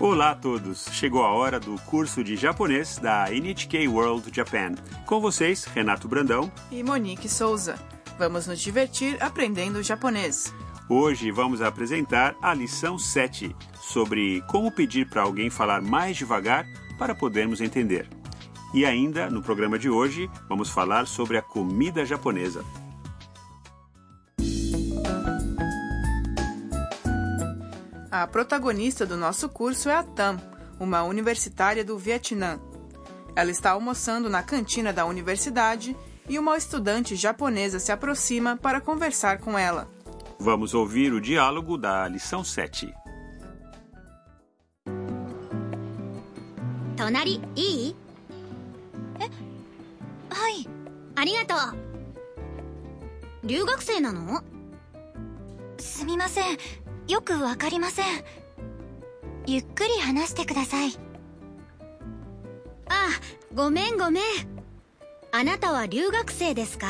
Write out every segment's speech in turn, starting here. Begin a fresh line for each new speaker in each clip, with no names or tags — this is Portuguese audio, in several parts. Olá a todos! Chegou a hora do curso de japonês da NHK World Japan. Com vocês, Renato Brandão.
E Monique Souza. Vamos nos divertir aprendendo japonês.
Hoje vamos apresentar a lição 7 sobre como pedir para alguém falar mais devagar para podermos entender. E ainda, no programa de hoje, vamos falar sobre a comida japonesa.
A protagonista do nosso curso é a Tam, uma universitária do Vietnã. Ela está almoçando na cantina da universidade e uma estudante japonesa se aproxima para conversar com ela.
Vamos ouvir o diálogo da lição 7.
隣いいえはいありがとう留学生なのすみませんよくわかりませんゆっくり話してくださいあごめんごめんあなたは留学生ですか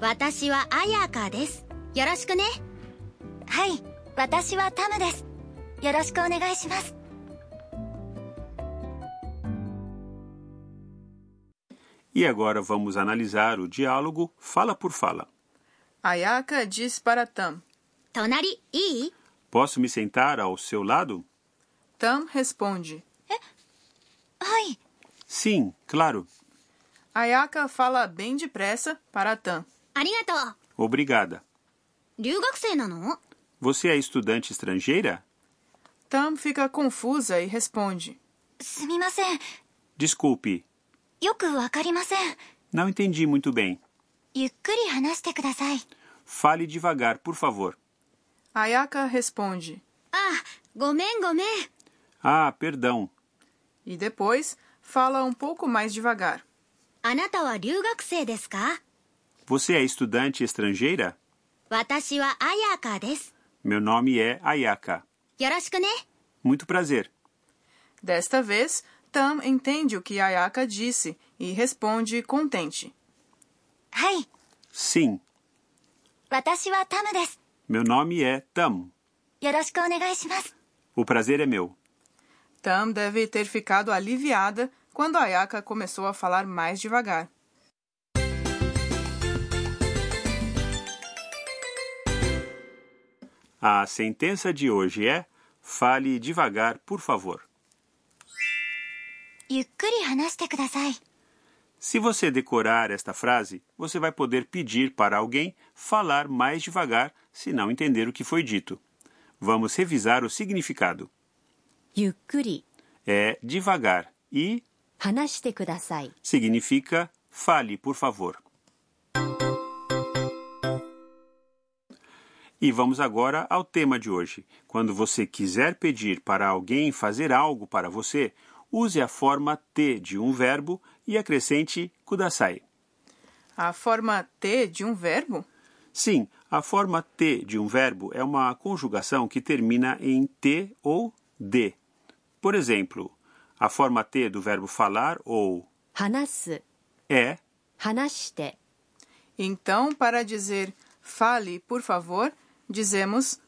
私はアヤカですよろしくねはい私はタムですよろしくお願いします
E agora vamos analisar o diálogo fala por fala.
Ayaka diz para Tam.
隣いい
Posso me sentar ao seu lado?
Tam responde.
はい
Sim, claro.
Ayaka fala bem depressa para Tam.
ありがとう
Obrigada.
留学生なの
Você é estudante estrangeira?
Tam fica confusa e responde.
すみません
Desculpe,
よくわかりません
não entendi muito bem.
ゆっくり話してください
Fale devagar, por favor.
Ayaka responde.
あごめんごめん
Ah, perdão.
E depois fala um pouco mais devagar.
あなたは留学生ですか
Você é estudante estrangeira?
私はアヤカです。
Meu nome é Ayaka.
よろしくね。
Muito prazer.
Desta vez, Tam entende o que Ayaka disse e responde contente.
はい、
Sim,
私はタムです。
meu nome é Tam.
よろしくお願いします。
O prazer é meu.
Tam deve ter ficado aliviada quando Ayaka começou a falar mais devagar.
A sentença de hoje é: fale devagar, por favor.
ゆっくり話してください。
Se você decorar esta frase, você vai poder pedir para alguém falar mais devagar se não entender o que foi dito. Vamos revisar o significado.
ゆっくり
É devagar e
話してください
significa fale, por favor. E vamos agora ao tema de hoje. Quando você quiser pedir para alguém fazer algo para você, use a forma T de um verbo e acrescente kudasai.
A forma T de um verbo?
Sim, a forma T de um verbo é uma conjugação que termina em T ou D. Por exemplo, a forma T do verbo falar ou
話す
é
話して
Então, para dizer fale, por favor, dizemos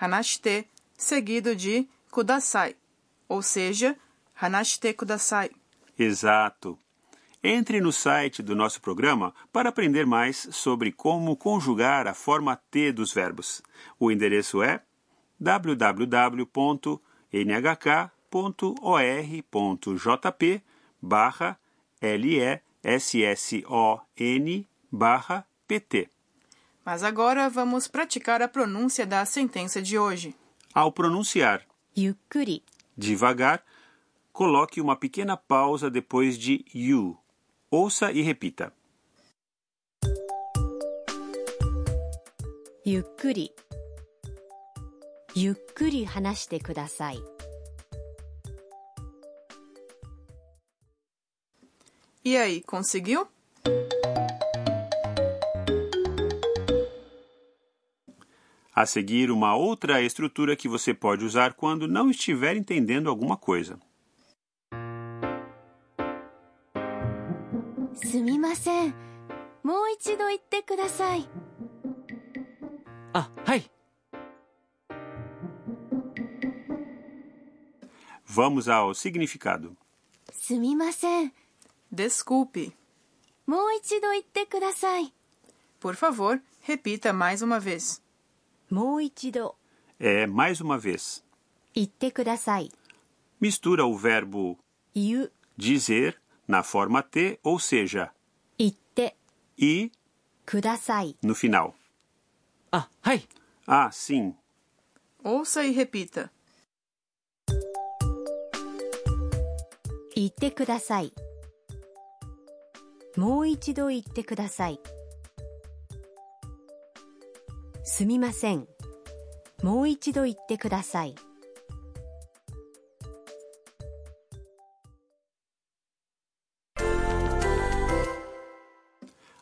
hanashite, seguido de kudasai, ou seja, hanashite kudasai.
Exato. Entre no site do nosso programa para aprender mais sobre como conjugar a forma T dos verbos. O endereço é www.nhk.or.jp barra LESSON barra PT.
Mas agora vamos praticar a pronúncia da sentença de hoje.
Ao pronunciar
ゆっくり
devagar, coloque uma pequena pausa depois de you. Ouça e repita.
ゆっくりゆっくり話してください
E aí, conseguiu?
A seguir, uma outra estrutura que você pode usar quando não estiver entendendo alguma coisa.
すみません。もう一度言ってください。
あ、はい。
Vamos ao significado.
すみません
Desculpe.
もう一度言ってください
Por favor, repita mais uma vez.
もう一度
É mais uma vez.
言ってください
Mistura o verbo
言う
dizer na forma T, ou seja,
言って、
i
ください。
no final.
あ、はい。
Ah, sim.
Ouça e repita.
言ってください。もう一度言ってください。すみません。もう一度言ってください。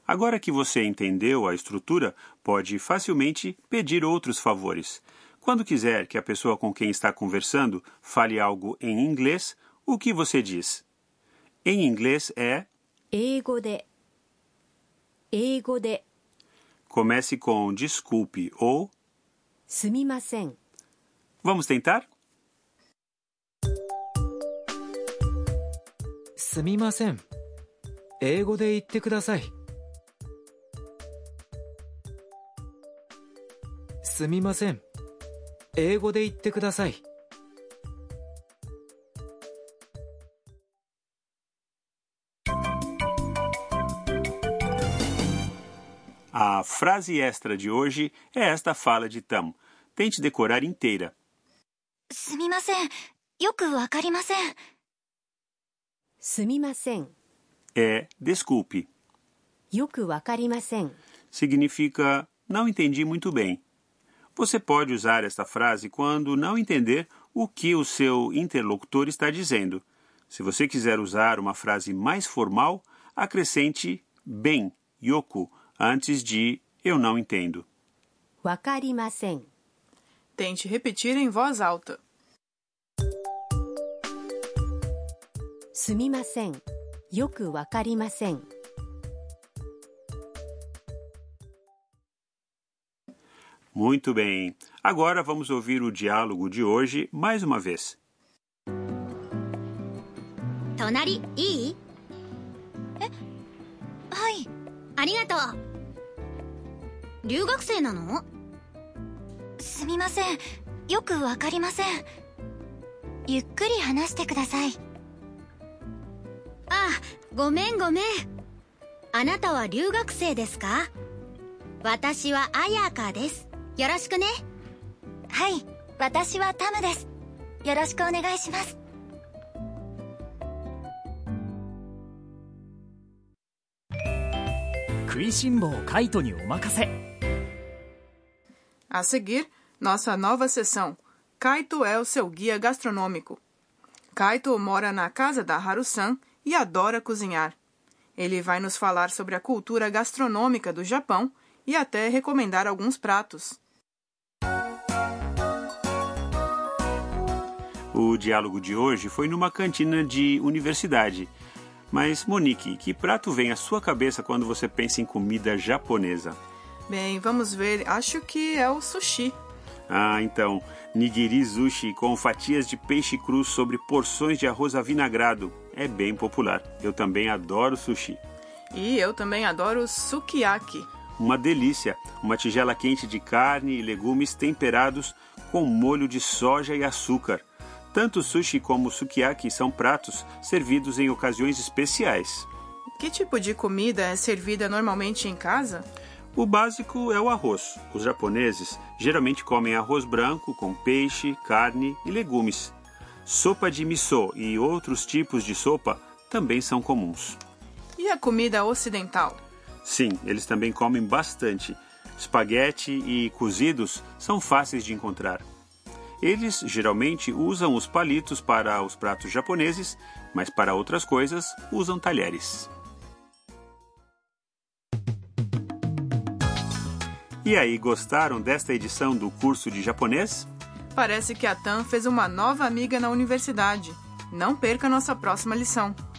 Agora que você entendeu a estrutura, pode facilmente pedir outros favores. Quando quiser que a pessoa com quem está conversando fale algo em inglês, o que você diz? Em inglês é
英語で、英語で、
comece com desculpe ou
すみません。
vamos tentar?
すみません。英語で言ってください。すみません。英語で言ってください。
A frase extra de hoje é esta fala de Tam. Tente decorar inteira.
すみません。よくわかりません。
すみません。
É desculpe.
よくわかりません。
significa não entendi muito bem. Você pode usar esta frase quando não entender o que o seu interlocutor está dizendo. Se você quiser usar uma frase mais formal, acrescente bem, yoku, antes de eu não entendo.
わかりません。
Tente repetir em voz alta.
すみません。よくわかりません。
Muito bem. Agora vamos ouvir o diálogo de hoje mais uma vez.
隣、いいえはい。ありがとう。留学生なのすみません。よくわかりません。ゆっくり話してください。あ、ごめんごめん。あなたは留学生ですか私はアヤーカーです。よろしくね。はい。私はタムです。よろしくお願いします。
食いしん坊カイトにお任せ。
A seguir, nossa nova sessão. Kaito é o seu guia gastronômico. Kaito mora na casa da Haru-san e adora cozinhar. Ele vai nos falar sobre a cultura gastronômica do Japão e até recomendar alguns pratos.
O diálogo de hoje foi numa cantina de universidade. Mas, Monique, que prato vem à sua cabeça quando você pensa em comida japonesa?
Bem, vamos ver. Acho que é o sushi.
Ah, então, nigiri sushi com fatias de peixe cru sobre porções de arroz avinagrado. É bem popular. Eu também adoro sushi.
E eu também adoro sukiyaki.
Uma delícia, uma tigela quente de carne e legumes temperados com molho de soja e açúcar. Tanto sushi como sukiyaki são pratos servidos em ocasiões especiais.
Que tipo de comida é servida normalmente em casa?
O básico é o arroz. Os japoneses geralmente comem arroz branco com peixe, carne e legumes. Sopa de miso e outros tipos de sopa também são comuns.
E a comida ocidental?
Sim, eles também comem bastante. Espaguete e cozidos são fáceis de encontrar. Eles geralmente usam os palitos para os pratos japoneses, mas para outras coisas usam talheres. E aí, gostaram desta edição do curso de japonês?
Parece que a TAM fez uma nova amiga na universidade. Não perca nossa próxima lição.